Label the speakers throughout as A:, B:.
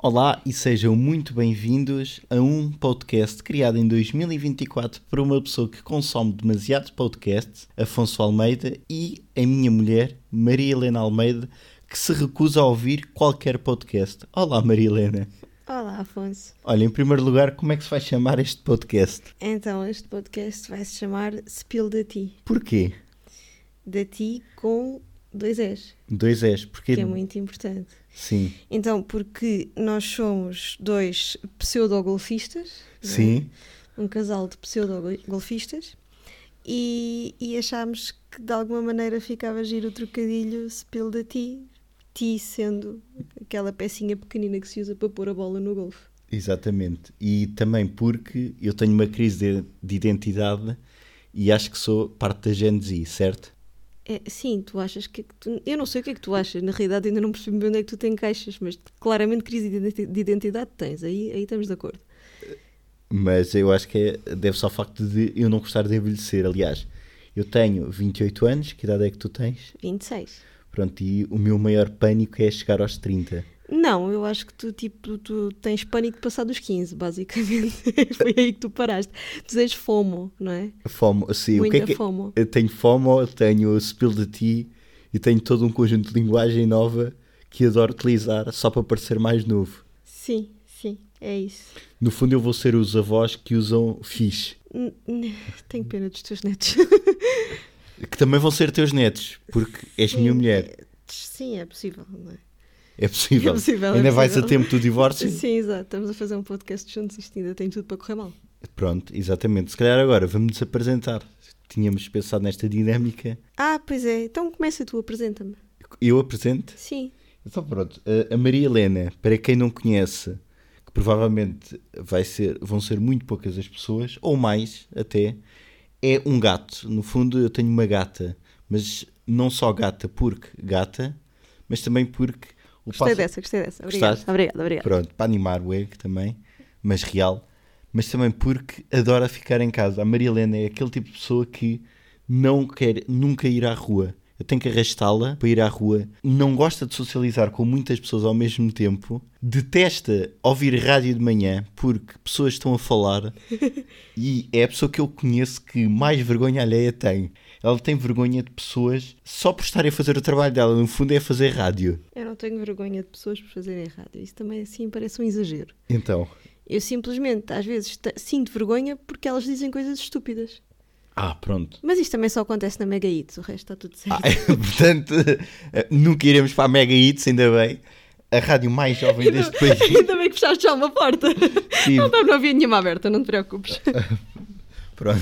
A: Olá e sejam muito bem-vindos a um podcast criado em 2024 por uma pessoa que consome demasiado podcast, Afonso Almeida, e a minha mulher, Maria Helena Almeida, que se recusa a ouvir qualquer podcast. Olá, Maria Helena.
B: Olá, Afonso.
A: Olha, em primeiro lugar, como é que se vai chamar este podcast?
B: Então, este podcast vai se chamar Spill da Ti.
A: Porquê?
B: Da Ti com dois S,
A: Dois S, porque...
B: que é muito importante.
A: Sim,
B: Então, porque nós somos dois pseudogolfistas, não é?
A: sim.
B: um casal de pseudogolfistas, e, e achámos que de alguma maneira ficava giro o trocadilho Spill da Ti, Ti sendo aquela pecinha pequenina que se usa para pôr a bola no golfe.
A: Exatamente. E também porque eu tenho uma crise de, de identidade e acho que sou parte da Gen Z, certo?
B: É, sim, tu achas que, é que tu- Eu não sei o que é que tu achas, na realidade ainda não percebi bem onde é que tu te encaixas, mas claramente crise de identi- de identidade tens, aí, aí estamos de acordo.
A: Mas eu acho que é, deve-se ao facto de eu não gostar de envelhecer. Aliás, eu tenho 28 anos, que idade é que tu tens?
B: 26.
A: Pronto, e o meu maior pânico é chegar aos 30.
B: Não, eu acho que tu, tipo, tu tens pânico de passar dos 15, basicamente. Foi aí que tu paraste. Tu tens FOMO, não é?
A: Fomo, sim, o que é
B: Muita
A: que é-
B: FOMO.
A: Eu tenho FOMO, tenho Spill the Tea e tenho todo um conjunto de linguagem nova que adoro utilizar só para parecer mais novo.
B: Sim, sim, é isso.
A: No fundo, eu vou ser os avós que usam fixe.
B: N- n- Tenho pena dos teus netos.
A: Que também vão ser teus netos, porque és minha mulher.
B: Sim, é possível, não é?
A: É possível.
B: É possível, é
A: ainda vais a
B: possível.
A: tempo do divórcio?
B: Sim, exato. Estamos a fazer um podcast juntos, isto ainda tem tudo para correr mal.
A: Pronto, exatamente. Se calhar agora vamos nos apresentar. Tínhamos pensado nesta dinâmica.
B: Ah, pois é. Então começa tu, apresenta-me.
A: Eu apresento.
B: Sim,
A: Então pronto, a- a Maria Helena, para quem não conhece, que provavelmente vai ser, vão ser muito poucas as pessoas, ou mais até, é um gato. No fundo eu tenho uma gata, mas não só gata porque gata, mas também porque o
B: gostei
A: pássaro-
B: dessa, gostei dessa. Obrigada,
A: Gostaste?
B: obrigada, obrigada.
A: Pronto, para animar o ego também, mas real. Mas também porque adora ficar em casa. A Maria Helena é aquele tipo de pessoa que não quer nunca ir à rua. Eu tenho que arrastá-la para ir à rua. Não gosta de socializar com muitas pessoas ao mesmo tempo. Detesta ouvir rádio de manhã porque pessoas estão a falar. e é a pessoa que eu conheço que mais vergonha alheia tem. Ela tem vergonha de pessoas só por estarem a fazer o trabalho dela. No fundo, é fazer rádio.
B: Eu não tenho vergonha de pessoas por fazerem errado. Isso também, assim, parece um exagero.
A: Então.
B: Eu simplesmente, às vezes, te- sinto vergonha porque elas dizem coisas estúpidas.
A: Ah, pronto.
B: Mas isto também só acontece na Mega Hits, o resto está tudo certo.
A: Ah, portanto, eh, nunca iremos para a Mega Hits, ainda bem. A rádio mais jovem deste país.
B: Ainda bem que fechaste já uma porta.
A: Sim.
B: Não, não, não havia nenhuma aberta, não te preocupes.
A: Tá Pronto.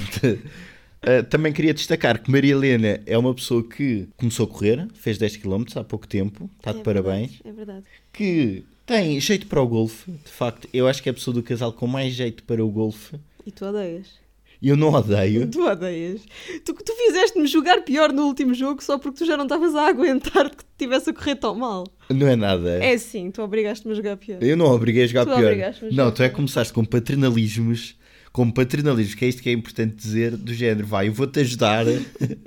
A: Eh, também queria destacar que Maria Helena é uma pessoa que começou a correr, fez 10 km há pouco tempo, está de
B: É
A: parabéns.
B: verdade, É verdade.
A: Que tem jeito para o golfe, de facto. Eu acho que é a pessoa do casal com mais jeito para o golfe.
B: E tu odeias.
A: Eu não odeio.
B: Tu odeias. Tu, tu fizeste-me jogar pior no último jogo só porque tu já não estavas a aguentar que estivesse a correr tão mal.
A: Não é nada.
B: É sim, tu obrigaste-me a jogar pior.
A: Eu não a obriguei a jogar
B: Tu
A: pior.
B: obrigaste-me a
A: Não,
B: jogar
A: tu é que
B: pior.
A: começaste com paternalismos, com paternalismos, que é isto que é importante dizer, do género, vai, eu vou-te ajudar. e
B: Porque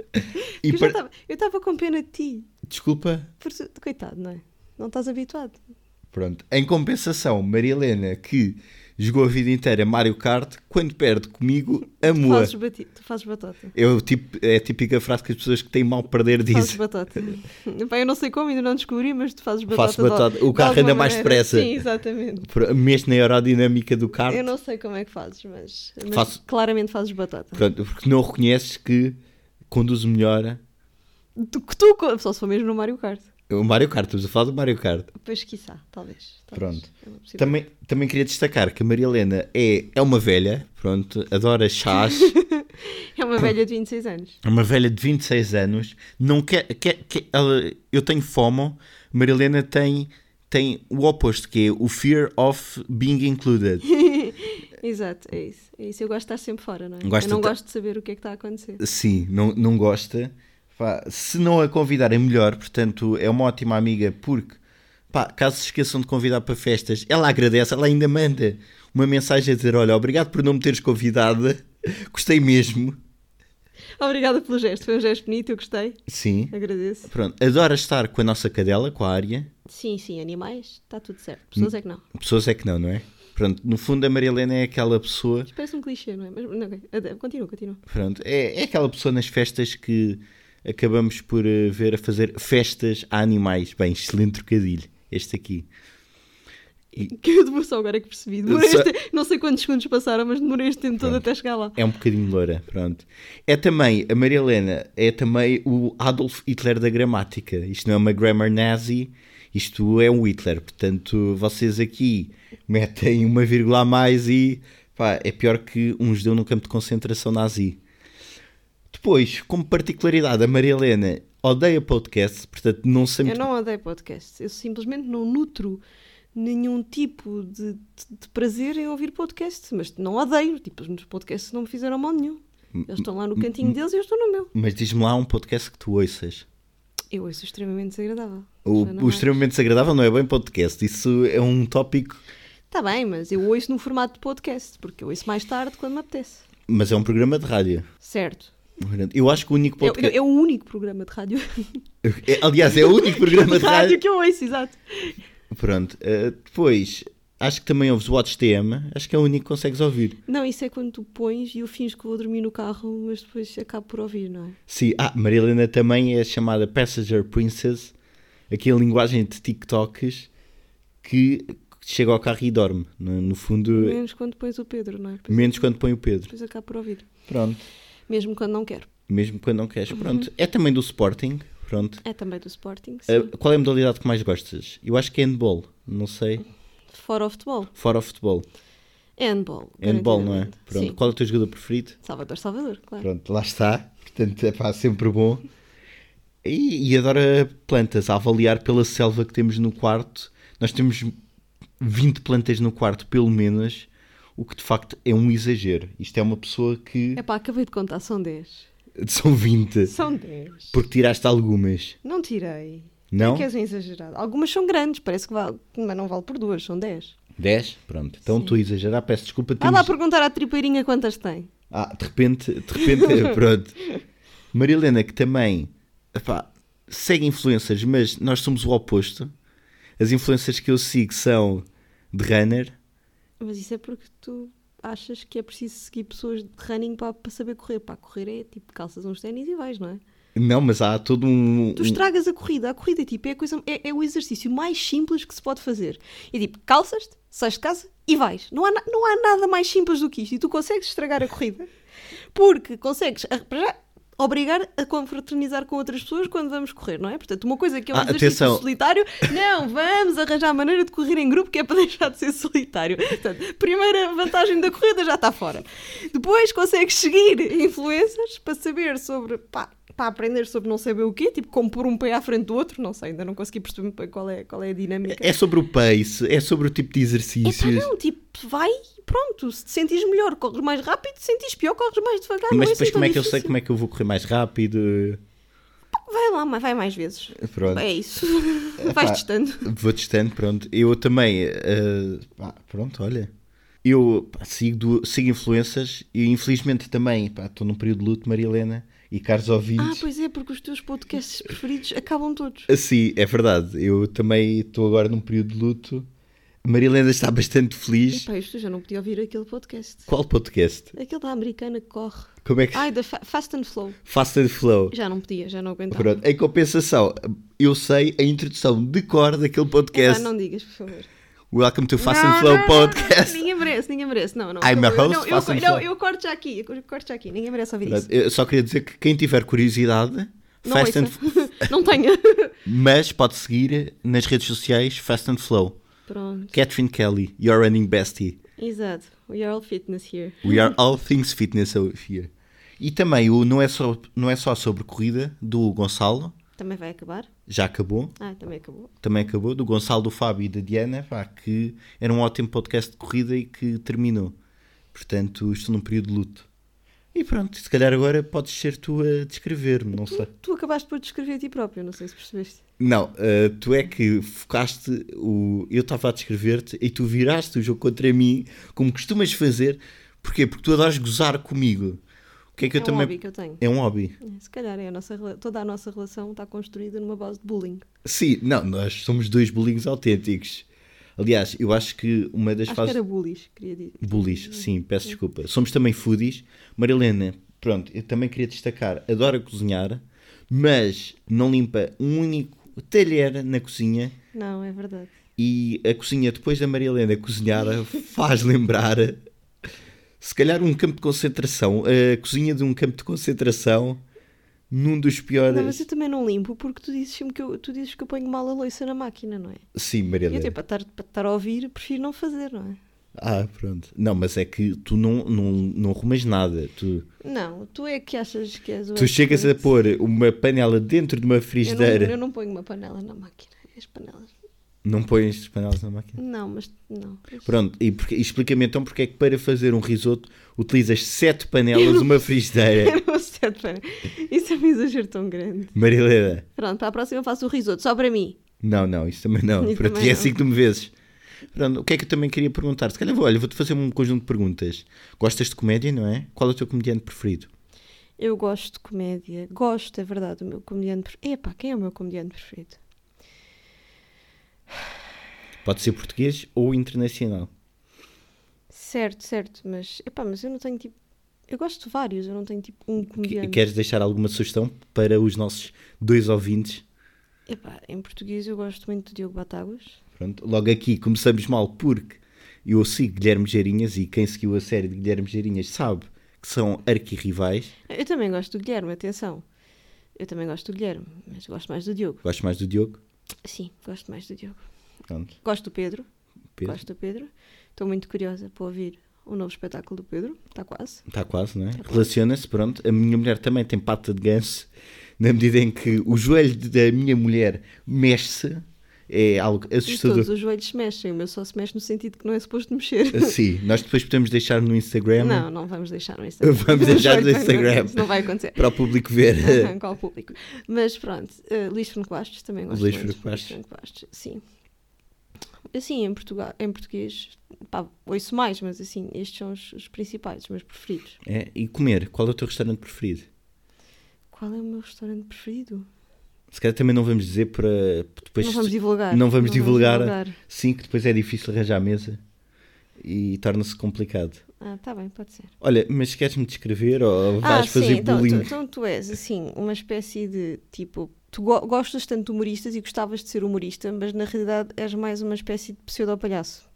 B: eu já
A: par-
B: estava- eu estava com pena de ti.
A: Desculpa.
B: Por tu- Coitado, não é? Não estás habituado.
A: Pronto. Em compensação, Maria Helena, que jogou a vida inteira Mario Kart, quando perde comigo,
B: Tu
A: amua.
B: fazes, bati... tu fazes batota.
A: É, o tipo, é a típica frase que as pessoas que têm mal perder
B: Fazes
A: dizem.
B: batota. Pá, eu não sei como, ainda não descobri, mas tu fazes batota.
A: Faço
B: de-
A: batota. O
B: de
A: carro anda
B: alguma
A: mais
B: maneira.
A: depressa.
B: Sim, exatamente.
A: Pro- Mesmo na aerodinâmica do kart.
B: Eu não sei como é que fazes, mas, mas
A: Faço-
B: claramente fazes batota.
A: Pronto, porque não reconheces que conduz melhor
B: Tu, que tu, co- só se for mesmo no Mario Kart.
A: o Mario Kart. Estamos a falar do Mario Kart.
B: Pois, quiçá, talvez. talvez.
A: Pronto.
B: É uma possibilidade.
A: Também, também queria destacar que a Maria Helena é, é uma velha, pronto, adora chás,
B: É uma velha de 26 anos.
A: é uma velha de 26 anos, não quer, quer, quer- ela- eu tenho FOMO, Maria Helena tem, tem o oposto, que é o fear of being included.
B: Exato, é isso. É isso. Eu gosto de estar sempre fora, não é?
A: Gosto
B: eu não
A: de-
B: gosto de saber o que é que está a acontecer.
A: Sim, não, não gosta. Pá, se não a convidarem, melhor, portanto, é uma ótima amiga, porque pá, caso se esqueçam de convidar para festas, ela agradece, ela ainda manda uma mensagem a dizer: Olha, obrigado por não me teres convidado, gostei mesmo.
B: Obrigada pelo gesto, foi um gesto bonito, eu gostei.
A: Sim.
B: Agradeço.
A: Pronto, adora estar com a nossa cadela, com a área.
B: Sim, sim, animais, está tudo certo. Pessoas é que não.
A: Pessoas é que não, não é? Pronto, no fundo a Maria Helena é aquela pessoa,
B: Isto parece um clichê, não é? Mas não, ok. Ad- continua, continua.
A: pronto, é, é aquela pessoa nas festas que acabamos por eh, ver a fazer festas a animais. Bem, excelente trocadilho, este aqui.
B: Que eu demorei só agora que percebi. Demorei
A: Só-
B: este- Não sei quantos segundos passaram, mas demorei este tempo todo
A: Pronto.
B: até chegar lá.
A: É um bocadinho loura, pronto. É também, a Maria Helena é também o Adolf Hitler da gramática. Isto não é uma grammar nazi, isto é um Hitler. Portanto, vocês aqui metem uma vírgula a mais e pá, é pior que um judeu num campo de concentração nazi. Depois, como particularidade, a Maria Helena odeia podcasts, portanto não sei
B: Eu
A: muito
B: não odeio podcasts. Eu simplesmente não nutro nenhum tipo de, de- de prazer em ouvir podcasts. Mas não odeio. Tipo, os meus podcasts não me fizeram mal nenhum. Eles estão lá no cantinho deles e eu estou no meu.
A: Mas diz-me lá um podcast que tu ouças.
B: Eu ouço extremamente desagradável.
A: O,
B: Já não
A: o
B: é.
A: extremamente desagradável não é bem podcast, isso é um tópico,
B: Está Tá bem, mas eu ouço no formato de podcast, porque eu ouço mais tarde quando me apetece.
A: mas é um programa de rádio.
B: Certo.
A: Eu acho que o único
B: É,
A: podcast.
B: é o único programa de rádio,
A: É, aliás, é o único programa de rádio.
B: que eu ouço, exato.
A: Pronto, eh, depois acho que também ouves o Watch TM. Acho que é o único que consegues ouvir.
B: Não, isso é quando tu pões e eu finjo que vou dormir no carro, mas depois acabo por ouvir, não é?
A: Sim, ah, Marilena também é chamada Passenger Princess, aqui a linguagem de TikToks que chega ao carro e dorme. No, no fundo,
B: Menos quando pões o Pedro, não é? Depois,
A: menos quando põe o Pedro.
B: depois acabo por ouvir.
A: Pronto,
B: Mesmo quando não quero.
A: mesmo quando não queres. Pronto, é também do Sporting. Pronto.
B: É também do Sporting, sim.
A: Eh, qual é a modalidade que mais gostas? Eu acho que é handball, não sei.
B: Fora o futebol.
A: Fora o futebol.
B: Handball.
A: Handball, não é?
B: garantidamente.
A: Pronto.
B: Sim.
A: Qual é o teu jogador preferido?
B: Salvador Salvador, claro.
A: Pronto, lá está. Portanto, é pá, sempre bom. E, e adora plantas. A avaliar pela selva que temos no quarto, nós temos 20 plantas no quarto, pelo menos, o que de facto é um exagero. Isto é uma pessoa que.
B: É pá, acabei de contar, são 10.
A: São 20,
B: São 10.
A: porque tiraste algumas.
B: Não tirei.
A: Não?
B: É que és um exagerado. Algumas são grandes, parece que vale, mas não vale por duas, são 10.
A: 10? Pronto, então estou a exagerar, peço desculpa.
B: Vá
A: Temos...
B: lá perguntar à tripeirinha quantas tem.
A: Ah, de repente, de repente, pronto. Marilena, que também epá, segue influencers, mas nós somos o oposto. As influencers que eu sigo são de runner.
B: Mas isso é porque tu achas que é preciso seguir pessoas de running para, para saber correr. Para correr é tipo calças uns ténis e vais, não é?
A: Não, mas há todo um.
B: Tu estragas a corrida. A corrida tipo, é, a coisa, é, é o exercício mais simples que se pode fazer. E tipo, calças-te, sais de casa e vais. Não há, na- não há nada mais simples do que isto. E tu consegues estragar a corrida porque consegues, a- para já, obrigar a confraternizar com outras pessoas quando vamos correr, não é? Portanto, uma coisa que é um
A: Ah,
B: exercício
A: atenção.
B: solitário, não, vamos arranjar a maneira de correr em grupo que é para deixar de ser solitário. Portanto, primeira vantagem da corrida já está fora. Depois consegues seguir influencers para saber sobre, pá, para aprender sobre não saber o quê, tipo como pôr um pé à frente do outro, não sei, ainda não consegui perceber muito bem qual é, qual é a dinâmica.
A: É sobre o pace, é sobre o tipo de
B: Epá,
A: exercícios.
B: não, tipo, vai e pronto, se te sentes melhor, corres mais rápido, se sentes pior, corres mais devagar. não
A: mas
B: é
A: depois,
B: assim
A: como é
B: tão
A: que eu sei
B: difícil.
A: como é que eu vou correr mais rápido?
B: Vai lá, ma- vai mais vezes.
A: Pronto.
B: É isso. Vais testando.
A: Vou testando, pronto. Eu também. eh, pá, pronto, olha. Eu pá, sigo, du- sigo influências e infelizmente também pá, estou num período de luto, Marilena, e caros
B: Ah,
A: ouvintes.
B: pois é, porque os teus podcasts preferidos acabam todos.
A: Sim, é verdade. Eu também estou agora num período de luto. A Marilena está bastante feliz.
B: Epá, isto eu já não podia ouvir aquele podcast.
A: Qual podcast?
B: Aquele da americana que corre.
A: Como é que.
B: Ai, da Fa- Fast and Flow.
A: Fast and Flow.
B: Já não podia, já não aguentava.
A: Pronto. Em compensação, eu sei a introdução de cor daquele
B: Epá,
A: podcast.
B: não digas, por favor.
A: Welcome to Fast and Flow Podcast.
B: Ninguém merece, ninguém merece. Não, não.
A: I'm
B: acabou.
A: a host,
B: não, eu,
A: Fast and
B: não,
A: Flow.
B: eu corto já aqui, eu corto já aqui. Ninguém merece ouvir
A: Pronto,
B: isso.
A: eu só queria dizer que quem tiver curiosidade,
B: Não,
A: Fast
B: ouça.
A: and
B: não tenha.
A: mas pode seguir nas redes sociais Fast and Flow.
B: Pronto,
A: Catherine Kelly, your running bestie.
B: exato. We are all fitness here.
A: We are all things fitness out here. E também o não é só não é só sobre corrida do Gonçalo,
B: Também vai acabar?
A: já acabou,
B: Ah, também acabou.
A: também acabou do Gonçalo, do Fábio e da Diana, pá, que era um ótimo podcast de corrida e que terminou. Portanto, estou num período de luto. E pronto, se calhar agora podes ser tu a descrever-me, não sei.
B: Tu acabaste por descrever a ti próprio, não sei se percebeste.
A: Não, eh, tu é que focaste o. Eu estava a descrever-te e tu viraste o jogo contra mim, como costumas fazer. Porquê? Porque tu adoras gozar comigo. O que é que
B: É
A: eu
B: um
A: também.
B: hobby que eu tenho.
A: É um hobby.
B: Se calhar é a nossa, rela- toda a nossa relação está construída numa base de bullying.
A: Sim, não, nós somos dois bullyingos autênticos. Aliás, eu acho que uma das
B: Acho
A: fases.
B: que era bullies, queria dizer.
A: Bullies, sim, peço desculpa. Somos também foodies. Marilena, pronto, eu também queria destacar, adora cozinhar, mas não limpa um único talher na cozinha
B: Não, é verdade.
A: e a cozinha depois da Marilena cozinhar faz lembrar se calhar um campo de concentração, a cozinha de um campo de concentração num dos
B: Não,
A: piores.
B: mas eu também não limpo porque tu dizes que eu, tu dizes que eu ponho mal a louça na máquina, não é?
A: Sim,
B: E eu,
A: Marilena.
B: tipo, para estar, para estar a ouvir, prefiro não fazer, não é?
A: Ah, pronto. Não, mas é que tu não, não, não arrumas nada. Tu,
B: Não, tu é que achas que és o.
A: tu chegas a
B: expert.
A: pôr uma panela dentro de uma
B: Eu não,
A: frigideira.
B: eu não ponho uma panela na máquina. As panelas.
A: Não pões as panelas na máquina?
B: Não, mas não.
A: Pronto, e, porque- e explica-me então porque é que para fazer um risoto utilizas sete panelas, uma frigideira.
B: Era o set, pera. Isso é um exagero tão grande.
A: Marilena,
B: Pronto, para a próxima eu faço o risoto, só para mim.
A: não, não, isso também não.
B: Isso
A: para ti
B: também
A: é
B: não.
A: assim que tu me vezes. Pronto, o que é que eu também queria perguntar? Se calhar, vou- olha, vou-te fazer um conjunto de perguntas. Gostas de comédia, não é? Qual é o teu comediante preferido?
B: Eu gosto de comédia. Gosto, é verdade. O meu comediante preferido. Epá, quem é o meu comediante preferido?
A: Pode ser português ou internacional.
B: Certo, certo, mas. Epá, mas eu não tenho tipo. Eu gosto de vários, eu não tenho tipo um
A: Que-
B: comediante.
A: Queres deixar alguma sugestão para os nossos dois ouvintes? é-
B: Epá, em português eu gosto muito de Diogo Batáguas.
A: Pronto, logo aqui começamos mal porque eu sigo Guilherme Geirinhas e quem seguiu a série de Guilherme Geirinhas sabe que são arquirrivais.
B: Eu também gosto do Guilherme, atenção. Eu também gosto do Guilherme, mas gosto mais do Diogo.
A: Gosto mais do Diogo.
B: Sim, gosto mais do Diogo.
A: Pronto,
B: Gosto do Pedro.
A: Pedro.
B: Gosto do Pedro. Estou muito curiosa para ouvir o novo espetáculo do Pedro. Está quase.
A: Está quase, não é? Relaciona-se, pronto. A minha mulher também tem pata de ganso, na medida em que o joelho de- da minha mulher mexe-se. É algo
B: E
A: assustador.
B: todos os joelhos se mexem, o meu só se mexe no sentido que não é suposto mexer.
A: Ah, Sim, nós depois podemos deixar no Instagram
B: Não, não vamos deixar no Instagram.
A: Vamos deixar no
B: Não vai acontecer,
A: Instagram.
B: Isso não vai acontecer.
A: para o público ver.
B: Arranca ao público. Mas pronto, eh, Luís Franco Bastos também gosto
A: Luís
B: muito.
A: Franco Bastos.
B: Franco Bastos, Sim. Assim, em, Portugal, em português, pá, ouço mais, mas assim, estes são os, os principais, os meus preferidos.
A: É, e comer, qual é o teu restaurante preferido?
B: Qual é o meu restaurante preferido?
A: Se calhar também não vamos dizer para. Depois
B: não vamos divulgar.
A: não vamos divulgar.
B: divulgar.
A: Sim, que depois é difícil arranjar a mesa e torna-se complicado.
B: Ah, tá bem, pode ser.
A: Olha, mas queres-me descrever ou vais
B: ah,
A: fazer
B: sim, então, tu,
A: bullying?
B: então tu és assim, uma espécie de tipo. Tu go- gostas tanto de humoristas e gostavas de ser humorista, mas na realidade és mais uma espécie de pseudo-palhaço.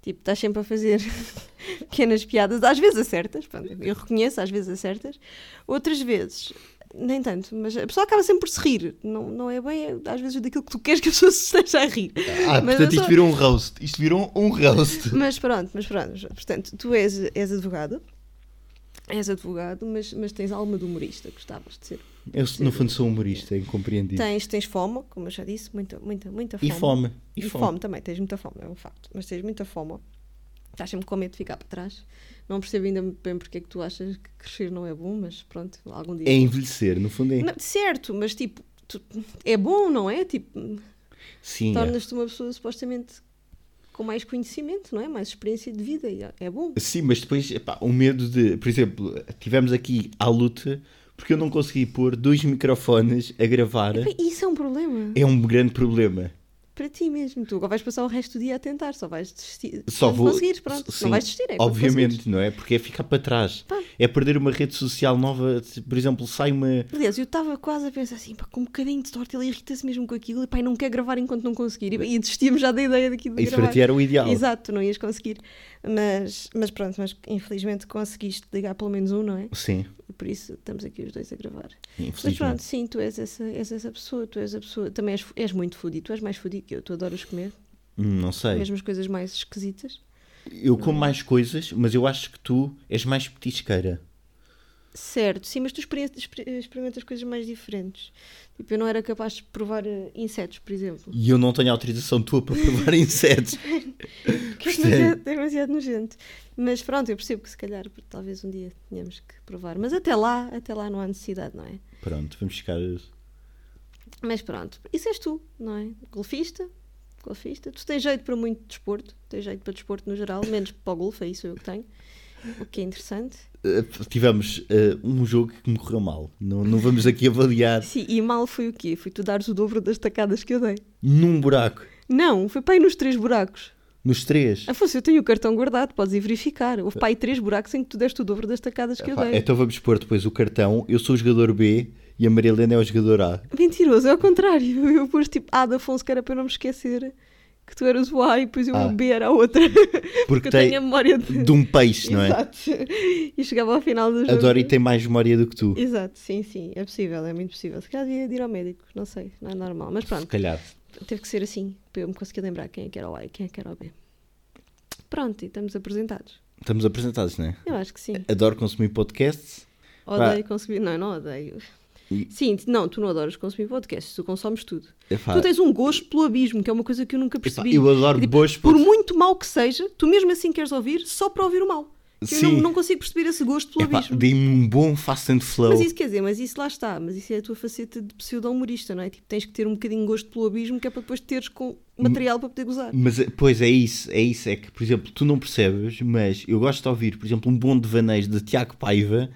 B: Tipo, estás sempre a fazer pequenas piadas, às vezes acertas, pronto, eu reconheço, às vezes acertas, outras vezes, nem tanto, mas a pessoa acaba sempre por se rir, não, não é bem, às vezes, daquilo que tu queres que a pessoa se esteja a rir.
A: Ah,
B: Mas
A: portanto
B: eu
A: isto
B: só-
A: virou um roast. Isto virou um roast.
B: Mas pronto, mas pronto. mas- Portanto, tu és, és advogado, és advogado, mas, mas tens alma de humorista, gostavas de ser.
A: Eu, no fundo, sou humorista, é incompreendido.
B: Tens, tens fome, como eu já disse, muita, muita, muita
A: E
B: fome.
A: fome. E fome.
B: também, tens muita fome, é um facto. Mas tens muita fome. Estás sempre com medo de ficar para trás. Não percebo ainda muito bem porque é que tu achas que crescer não é bom, mas pronto, algum dia.
A: É envelhecer, no fundo é.
B: Não, certo, mas tipo, tu- é bom, não é? Tipo,
A: Sim, é.
B: tornas-te uma pessoa supostamente com mais conhecimento, não é? Mais experiência de vida, e é- é bom.
A: Sim, mas depois, epá, o medo de. Por exemplo, tivemos aqui à luta porque eu não consegui pôr dois microfones a gravar.
B: Bem, Isso é um problema.
A: É um grande problema.
B: Para ti mesmo. Tu agora vais passar o resto do dia a tentar, só vais desistir.
A: Só
B: quando
A: vou.
B: conseguires, pronto.
A: Sim,
B: não vais desistir, é quando conseguires.
A: Obviamente, não é? Porque é ficar para trás.
B: Pá.
A: É perder uma rede social nova. Se, Por exemplo, sai uma.
B: Aliás, eu estava quase a pensar assim, pá, com um bocadinho de sorte, ele irrita-se mesmo com aquilo e pá, não quer gravar enquanto não conseguir. E, e desistimos já da ideia daquilo de
A: Isso
B: gravar.
A: para ti era o ideal.
B: Exato, tu não ias conseguir. Mas, mas pronto, mas infelizmente conseguiste ligar pelo menos um, não é?
A: Sim,
B: E por isso estamos aqui os dois a gravar. Mas pronto,
A: infelizmente.
B: sim, tu és essa, és essa pessoa, tu és a pessoa, também és, és muito foodie, tu és mais foodie que eu, tu adoras comer,
A: Hum, Não sei.
B: mesmo as coisas mais esquisitas.
A: Eu como mais coisas, mas eu acho que tu és mais petisqueira.
B: Certo, sim, mas tu experien- exper- experimentas coisas mais diferentes. Tipo, eu não era capaz de provar eh, insetos, por exemplo.
A: E eu não tenho autorização tua para provar insetos.
B: Porque é
A: Percebo.
B: demasiado, é demasiado nojento. Mas pronto, eu percebo que se calhar talvez um dia tenhamos que provar. Mas até lá, até lá não há necessidade, não é?
A: Pronto, vamos ficar.
B: Mas pronto, isso és tu, não é? Golfista, golfista. Tu tens jeito para muito desporto, tens jeito para desporto no geral, menos para o golfe, é isso eu que tenho. o que é interessante.
A: Eh, tivemos eh, um jogo que me correu mal. Não, não vamos aqui avaliar
B: Sim, e mal foi o quê? Foi tu dares o dobro das tacadas que eu dei.
A: num buraco,
B: Não, foi pai nos três buracos.
A: nos três.
B: Afonso, Ah, eu tenho o cartão guardado, podes ir verificar. Houve pai três buracos em que tu deste o dobro das tacadas que eu
A: Pá,
B: dei.
A: então vamos pôr depois o cartão. Eu sou o jogador B e a Marilena é o jogador A.
B: Mentiroso, é ao contrário. Eu pus tipo A de Afonso, que era para eu não me esquecer que tu eras o A e depois eu
A: Ah.
B: o B era a outra. Porque,
A: Porque
B: eu
A: tem
B: tenho a memória de.
A: de um peixe, não é?
B: Exato. E chegava ao final do jogo.
A: A Dori tem mais memória do que tu.
B: Exato, sim, sim, é possível, é muito possível. Se calhar devia de ir ao médico, não sei, não é normal. Mas
A: Se
B: pronto,
A: calhar.
B: teve que ser assim, para eu me conseguir lembrar quem é que era o A e quem é que era o B. Pronto, e estamos apresentados.
A: Estamos apresentados, não é?
B: Eu acho que sim.
A: Adoro consumir podcasts.
B: Odeio conseguir. Não, eu não odeio.
A: E-
B: Sim, t- não, tu não adoras consumir podcasts, tu consomes tudo.
A: Epá,
B: Tu tens um gosto pelo abismo, que é uma coisa que eu nunca percebi.
A: eu adoro boas
B: Por
A: pod-
B: muito mau que seja, tu mesmo assim queres ouvir só para ouvir o mal. Eu não,
A: Sim.
B: não consigo perceber esse gosto pelo
A: epá,
B: abismo.
A: dei-me um bom fast and flow.
B: Mas isso quer dizer, mas isso lá está, mas isso é a tua faceta de pseudo-humorista, não é? Tipo, tens que ter um bocadinho de gosto pelo abismo que é para depois teres com material para poder gozar.
A: Mas, eh, pois é isso, é isso. É que, por exemplo, tu não percebes, mas eu gosto de ouvir, por exemplo, um bom devaneio de Tiago Paiva,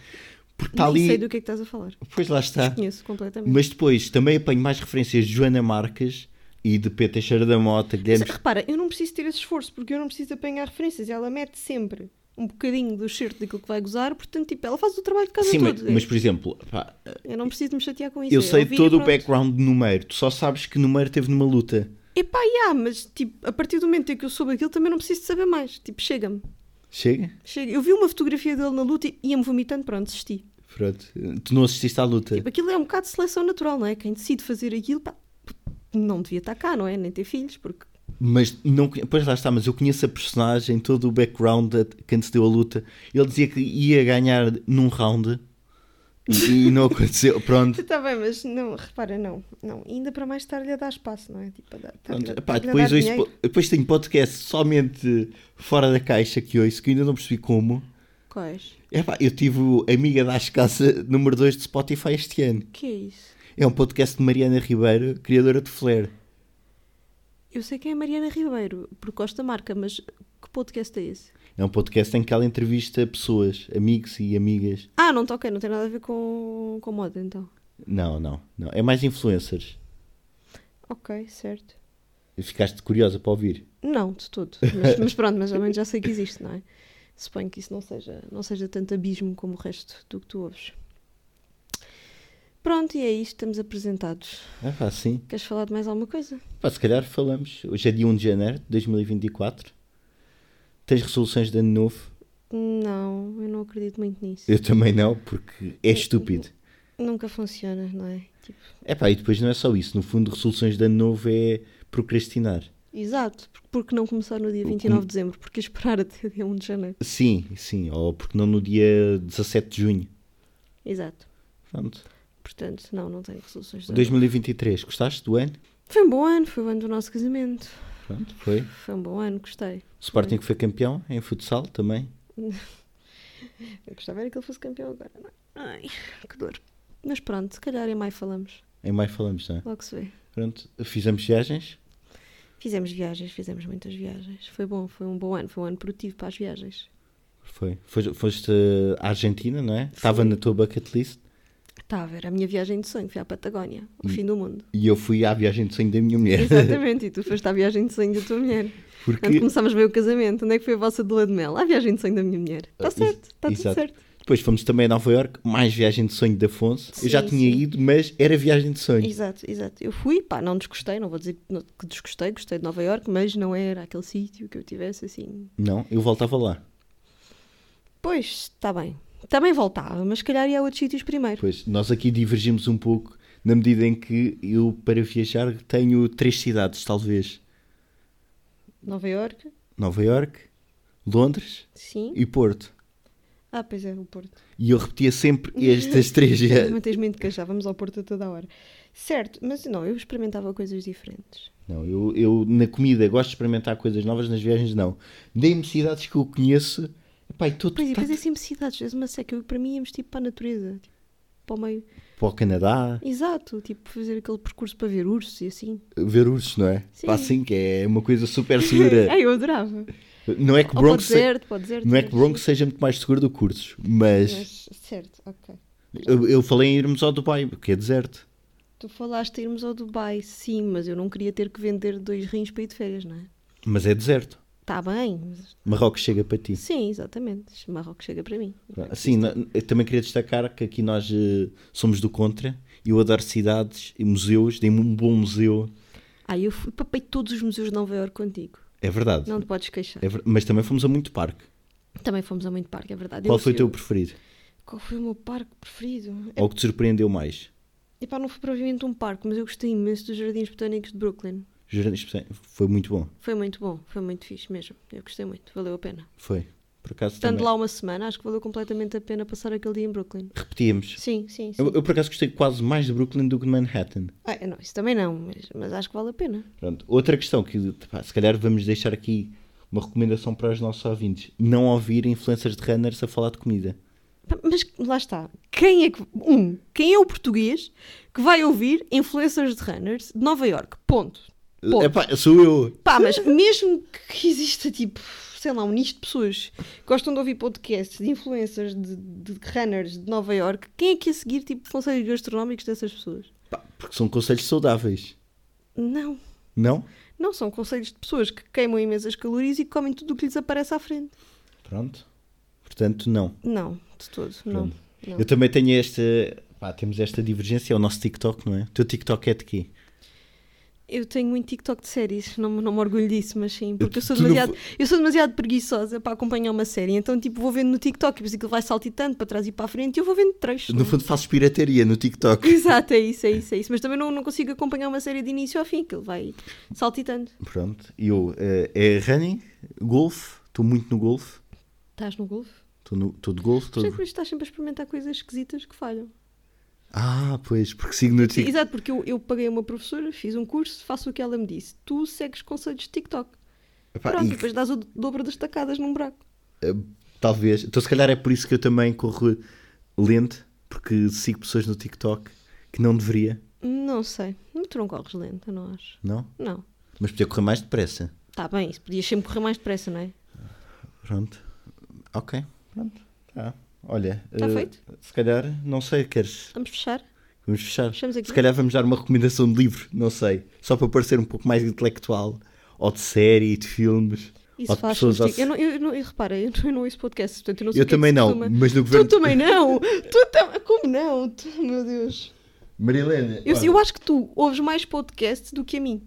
A: porque está
B: Não
A: tá ali.
B: sei do que é que estás a falar.
A: Pois lá está.
B: Conheço completamente.
A: Mas depois também apanho mais referências de Joana Marques e de P. Teixeira da Mota, Guilherme.
B: Se- repara, eu não preciso ter esse esforço porque eu não preciso apanhar referências. Ela mete sempre um bocadinho do certo daquilo que vai gozar, portanto, tipo, ela faz o trabalho de casa
A: Sim, mas,
B: todo.
A: mas, por exemplo, pá,
B: Eu não preciso me chatear com isso.
A: eu
B: é
A: sei
B: ouvir e
A: todo o
B: pronto.
A: background de número, tu só sabes que número teve numa luta.
B: Epá, yeah, mas tipo, a partir do momento em que eu soube aquilo, também não preciso de saber mais. Tipo, chega-me.
A: Chega?
B: Chega. Eu vi uma fotografia dele na luta e ia-me vomitando, pronto, desisti.
A: Pronto. Tu não assististe à luta.
B: Tipo, aquilo é um bocado de seleção natural, não é? Quem decide fazer aquilo, pá, p- não devia estar cá, não é? Nem ter filhos, porque.
A: Mas não conhe- pois lá está, mas eu conheço a personagem, todo o background de quem se deu a luta. Ele dizia que ia ganhar num round e, e não aconteceu. Pronto.
B: Está tá bem, mas não, repara, não. não. Ainda para mais estar-lhe a dar espaço, não é? Tipo, a dar,
A: Pronto.
B: estar-lhe a-
A: Epá,
B: estar-lhe a
A: depois,
B: dar
A: ouço
B: dinheiro.
A: po- depois tenho podcast somente fora da caixa que ouço, que ainda não percebi como.
B: Quais?
A: Epá, eu tive o Amiga da Escassa número 2 de Spotify este ano.
B: O que é isso?
A: É um podcast de Mariana Ribeiro, criadora de Flair.
B: Eu sei quem é a Mariana Ribeiro, por Costa Marca, mas que podcast é esse?
A: É um podcast em que ela entrevista pessoas, amigos e amigas.
B: Ah, não toquei, não tem nada a ver com, com moda, então.
A: Não, não, não. É mais influencers.
B: Ok, certo.
A: Ficaste curiosa para ouvir.
B: Não, de todo. Mas, mas pronto, mas ao menos já sei que existe, não é? Suponho que isso não seja, não seja tanto abismo como o resto do que tu ouves. Pronto, e é isto, estamos apresentados.
A: Ah, pá, sim.
B: Queres falar de mais alguma coisa?
A: Pá, se calhar falamos. Hoje é dia 1 de janeiro de 2024. Tens resoluções de ano novo?
B: Não, eu não acredito muito nisso.
A: Eu também não, porque é estúpido.
B: Nunca funciona, não é? Tipo,
A: É pá, e depois não é só isso. No fundo, resoluções de ano novo é procrastinar.
B: exato, por- porque não começar no dia 29 de dezembro? Porque esperar até dia 1 de janeiro.
A: Sim, sim. Ou porque não no dia 17 de junho.
B: Exato.
A: Pronto.
B: Portanto, não, não tenho resoluções. de ano.
A: 2023, gostaste do ano?
B: Foi um bom ano, foi o ano do nosso casamento.
A: Pronto, foi.
B: Foi um bom ano, gostei.
A: O Sporting foi campeão em futsal também.
B: Eu gostava era que ele fosse campeão agora, não é? Ai, que dor. Mas pronto, se calhar em maio falamos.
A: Em maio falamos, não é?
B: Logo se vê.
A: Pronto, fizemos viagens.
B: Fizemos viagens, fizemos muitas viagens. Foi bom, foi um bom ano, foi um ano produtivo para as viagens.
A: Foi. Foste, foste à Argentina, não é? Estava na tua bucket list.
B: Estava, era a minha viagem de sonho, fui à Patagónia,
A: Hum.
B: o fim do mundo.
A: E eu fui à viagem de sonho da minha mulher.
B: Exatamente, e tu foste à viagem de sonho da tua mulher. Quando
A: Porque
B: começámos bem o casamento, onde é que foi a vossa de lua de mel? À viagem de sonho da minha mulher. Está
A: Ah,
B: certo,
A: ex-
B: está tudo
A: exato.
B: certo.
A: depois fomos também a Nova York, mais viagem de sonho de Afonso. eu já
B: Sim,
A: tinha
B: sim.
A: ido, mas era viagem de sonho.
B: Exato, exato. Eu fui, pá, não desgostei, não vou dizer que não- que desgostei, gostei de Nova Iorque, mas não era aquele sítio que eu tivesse assim
A: Não, eu voltava lá.
B: Pois, está bem. Também voltava, mas se calhar ia a outros sítios primeiro.
A: Pois nós aqui divergimos um pouco na medida em que eu, para viajar, tenho três cidades, talvez:
B: Nova Iorque,
A: Nova York, Londres
B: sim.
A: e Porto.
B: Ah, pois é, o Porto.
A: E eu repetia sempre estas três. via-
B: Também tens muito que já vamos ao Porto a toda a hora. Certo, mas não, eu experimentava coisas diferentes.
A: Não, eu, eu na comida gosto de experimentar coisas novas, nas viagens não. Dei-me cidades que eu conheço. Pai, tudo
B: Pois, e
A: tá,
B: depois é sempre cidades, és uma seca. Eu, para mim íamos tipo para a natureza, tipo, para o meio.
A: para o Canadá,
B: Exato, tipo fazer aquele percurso para ver ursos e assim.
A: ver ursos, não é?
B: Sim.
A: Pá, Assim, que é uma coisa super segura.
B: Ai, eu adorava.
A: Não é que
B: Ou
A: Bronx,
B: pode
A: se-
B: dizer, pode dizer.
A: não é que é Bronx seja muito mais seguro do que Cursos, mas
B: Mas, certo, ok.
A: eu, eu falei em irmos ao Dubai, porque é deserto.
B: Tu falaste de irmos ao Dubai, sim, mas eu não queria ter que vender dois rins para ir de férias, não é?
A: Mas é deserto.
B: Está bem. mas-
A: Marrocos chega para ti.
B: Sim, exatamente. é Marrocos chega para mim.
A: Sim, na- eu também queria destacar que aqui nós eh, somos do contra. Eu adoro cidades e museus. Dei-me um bom museu.
B: Ah, eu fui, papei todos os museus de Nova Iorque contigo.
A: É verdade.
B: Não te podes queixar.
A: É ver- Mas também fomos a muito parque.
B: Também fomos a muito parque, é verdade.
A: Qual
B: Eu
A: foi o teu
B: fui-
A: preferido?
B: Qual foi o meu parque preferido? É,
A: Ou que te surpreendeu mais?
B: epá, não foi provavelmente um parque, mas eu gostei imenso dos Jardins Botânicos de Brooklyn.
A: Jardins Botânicos. é, Foi muito bom.
B: Foi muito bom, foi muito fixe mesmo. Eu gostei muito, valeu a pena.
A: Foi. Por acaso
B: Estando
A: também.
B: lá uma semana, acho que valeu completamente a pena passar aquele dia em Brooklyn.
A: Repetíamos.
B: Sim, sim, sim.
A: Eu, eu por acaso gostei quase mais de Brooklyn do que de Manhattan.
B: Ah, não, isso também não, mas, mas acho que vale a pena.
A: Pronto. Outra questão que pá, se calhar vamos deixar aqui uma recomendação para os nossos ouvintes. Não ouvir influencers de runners a falar de comida.
B: Pá, Mas lá está. Quem é que. Um, quem é o português que vai ouvir influencers de runners de Nova York? Ponto. Ponto.
A: Epá, sou eu.
B: Pá, mas mesmo que exista, tipo, sei lá, um nicho de pessoas que gostam de ouvir podcasts de influencers, de, de runners de Nova York, quem é que ia seguir, tipo, conselhos gastronómicos dessas pessoas?
A: Pá, porque são conselhos saudáveis.
B: Não.
A: Não?
B: Não são conselhos de pessoas que queimam imensas calorias e comem tudo o que lhes aparece à frente.
A: Pronto. Portanto, não.
B: Não, de todo, não.
A: Pronto.
B: não.
A: Eu também tenho esta. Pá, temos esta divergência. É o nosso TikTok, não é? O teu TikTok é de quê?
B: Eu tenho muito TikTok de séries, não, me- não me orgulho disso, mas sim, porque eu sou,
A: Tu não
B: demasiado, eu sou demasiado preguiçosa para acompanhar uma série, então tipo vou vendo no TikTok, e depois aquilo vai saltitando para trás e para a frente e eu vou vendo trechos. é?
A: No fundo, faço pirataria no TikTok.
B: Exato, é isso, é isso, é isso. Mas também não, não consigo acompanhar uma série de início ao fim, aquilo vai saltitando.
A: Pronto. Eu. eh, é running, golfe. Estou muito no golfe.
B: Estás no golfe?
A: Estou de golfe. Tô...
B: Sei é que estás sempre a experimentar coisas esquisitas que falham.
A: Ah, pois, porque sigo no TikTok.
B: Exato, porque eu, eu paguei uma professora, fiz um curso, faço o que ela me disse. Tu segues conselhos de TikTok.
A: Epá,
B: Pronto,
A: e-
B: e depois dás o dobro das tacadas num buraco.
A: Talvez. Então, se calhar é por isso que eu também corro lento, porque sigo pessoas no TikTok que não deveria,
B: Não sei. Tu não corres lento, eu não acho.
A: não?
B: Não.
A: Mas podia correr mais depressa.
B: Está Tá bem, isso podias sempre correr mais depressa, não é?
A: Pronto. Ok. Pronto. Tá. Olha.
B: Tá
A: eh,
B: feito?
A: Se calhar, não sei, queres.
B: Vamos fechar?
A: Vamos fechar.
B: Fechamos aqui?
A: Se calhar vamos dar uma recomendação de livro, não sei. Só para parecer um pouco mais intelectual. Ou de série, de filmes.
B: Isso
A: ou de
B: faz
A: pessoas.
B: contigo. Eu, não, eu, não, eu repara, eu não, eu não ouço podcast, portanto eu não sei
A: Eu
B: o que é que
A: também
B: se
A: não,
B: costuma-
A: mas no
B: Tu
A: governo-
B: também não! Tu tam... Como não? Tu- Meu Deus.
A: Marilena.
B: Eu,
A: olha,
B: eu acho que tu ouves mais podcasts do que a mim.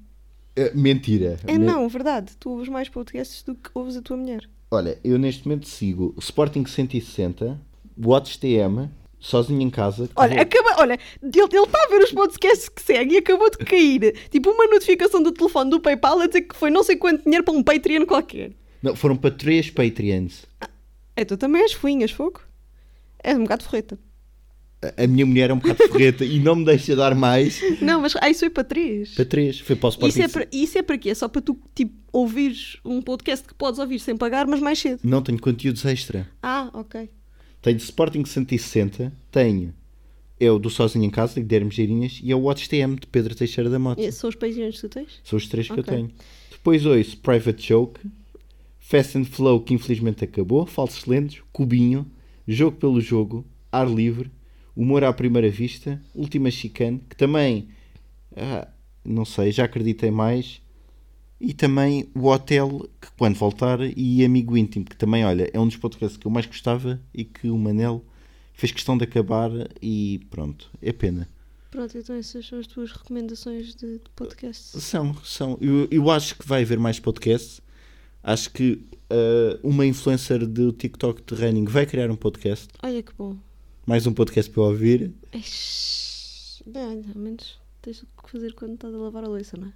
A: eh, mentira.
B: É
A: Me-
B: não, verdade. Tu ouves mais podcasts do que ouves a tua mulher.
A: Olha, eu neste momento sigo o Sporting 160, Watch TM, sozinho em casa. que
B: Olha, é
A: vou-
B: acaba... Olha ele está a ver os podcasts que segue e acabou de cair. Tipo uma notificação do telefone do PayPal a dizer que foi não sei quanto dinheiro para um Patreon qualquer.
A: Não, foram para três Patreons.
B: É, tu também és fuinhas, fogo. És um bocado forreta.
A: A, a minha mulher é um bocado ferreta e não me deixa dar mais.
B: Não, mas ah, isso foi para três.
A: Para três. Foi para o Sporting.
B: Isso é, para, isso é para quê? É só para tu, tipo, ouvires um podcast que podes ouvir sem pagar, mas mais cedo.
A: Não tenho conteúdos extra.
B: Ah, ok.
A: Tenho Sporting 160, tenho. É o do Sozinho em Casa, de Guilherme Geirinhas, e é o Watch TM, de Pedro Teixeira da Mota.
B: E esses são os países que tu tens?
A: São os três que eu
B: Ok.
A: tenho. Depois ouço Private Joke, Fast and Flow, que infelizmente acabou, Falsos Lentos, Cubinho, Jogo pelo Jogo, Ar Livre, Humor à Primeira Vista, Última Chicane, que também, ah, não sei, já acreditei mais, e também o Hotel, que quando voltar, e Amigo Íntimo, que também, olha, é um dos podcasts que eu mais gostava e que o Manel fez questão de acabar e pronto, é pena.
B: Pronto, então essas são as tuas recomendações de, de podcasts.
A: São, são. Eu, eu acho que vai haver mais podcasts. Acho que ah, uma influencer do TikTok de running vai criar um podcast.
B: Olha que bom.
A: Mais um podcast para eu ouvir.
B: Eish. Bem, olha, ao menos tens o que fazer quando estás a lavar a louça, não é?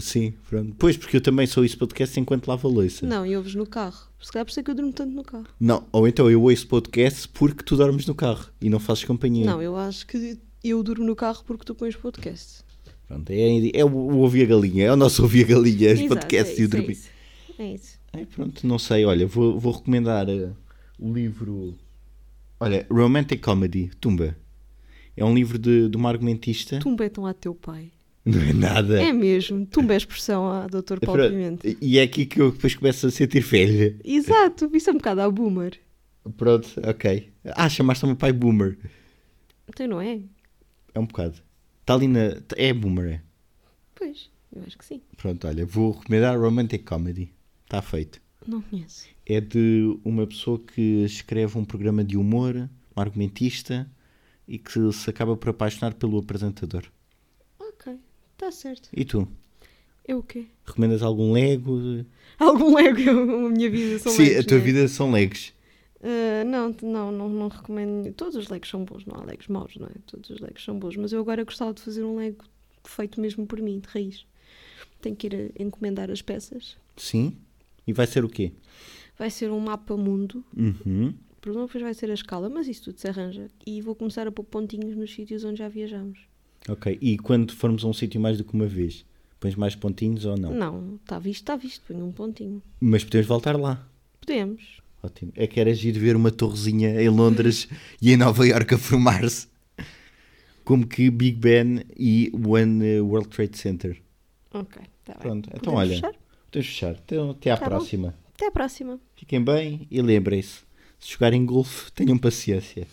A: Sim, pronto. Pois, porque eu também sou isso podcast enquanto lavo a louça.
B: Não, e ouves no carro. Se calhar por isso é que eu durmo tanto no carro.
A: Não, ou então eu ouço podcast porque tu dormes no carro e não fazes companhia.
B: Não, eu acho que eu durmo no carro porque tu pões podcast.
A: Pronto, é, é o, o ouvir a galinha. É o nosso ouvir a galinha, os
B: Exato, é
A: podcasts e o
B: isso,
A: dormir.
B: isso. É isso.
A: Ai, pronto, não sei. Olha, vou, vou recomendar eh, o livro. Olha, Romantic Comedy, Tumba. É um livro de, de uma argumentista.
B: Tu um betão a teu pai.
A: Não é nada.
B: É mesmo. Tumba a expressão a Dr. Paulo
A: Pronto,
B: Pimenta.
A: E é aqui que eu depois começo a sentir velha.
B: Exato, isso é um bocado a boomer.
A: Pronto, ok. Ah, chamaste o meu pai boomer.
B: Então não é?
A: É um bocado. Está ali na. É boomer, é.
B: Pois, eu acho que sim.
A: Pronto, olha, vou recomendar Romantic Comedy. Está feito.
B: Não conheço.
A: É de uma pessoa que escreve um programa de humor, um argumentista, e que se acaba por apaixonar pelo apresentador.
B: Ok, está Tá certo.
A: E tu?
B: Eu o quê?
A: Recomendas algum Lego?
B: Algum lego? Eu- A minha vida são
A: Sim,
B: legos,
A: a tua
B: né?
A: vida são Legos.
B: Ah, não, t- não, não, não recomendo. nenhum. Todos os legos são bons, não há legos maus, não é? Todos os legos são bons, mas eu agora gostava de fazer um lego feito mesmo por mim, de raiz. Tenho que ir a encomendar as peças.
A: Sim. E vai ser o quê?
B: Vai ser um mapa mundo.
A: Uhum.
B: O problema depois vai ser a escala, mas isso tudo se arranja. E vou começar a pôr pontinhos nos sítios onde já viajamos.
A: Ok. E quando formos a um sítio mais do que uma vez, pões mais pontinhos ou não?
B: Não, está visto, está visto, ponho um pontinho.
A: Mas podemos voltar lá.
B: Podemos.
A: Ótimo. É que era ir ver uma torrezinha em Londres e em Nova Iorque a formar-se. Como que Big Ben e One eh, World Trade Center.
B: Ok, está bem.
A: Pronto, então
B: Podemos
A: olha.
B: fechar?
A: Podemos fechar. Então, até à
B: Tá bom.
A: próxima.
B: Até à próxima.
A: Fiquem bem e lembrem-se: se jogarem golfe, tenham paciência.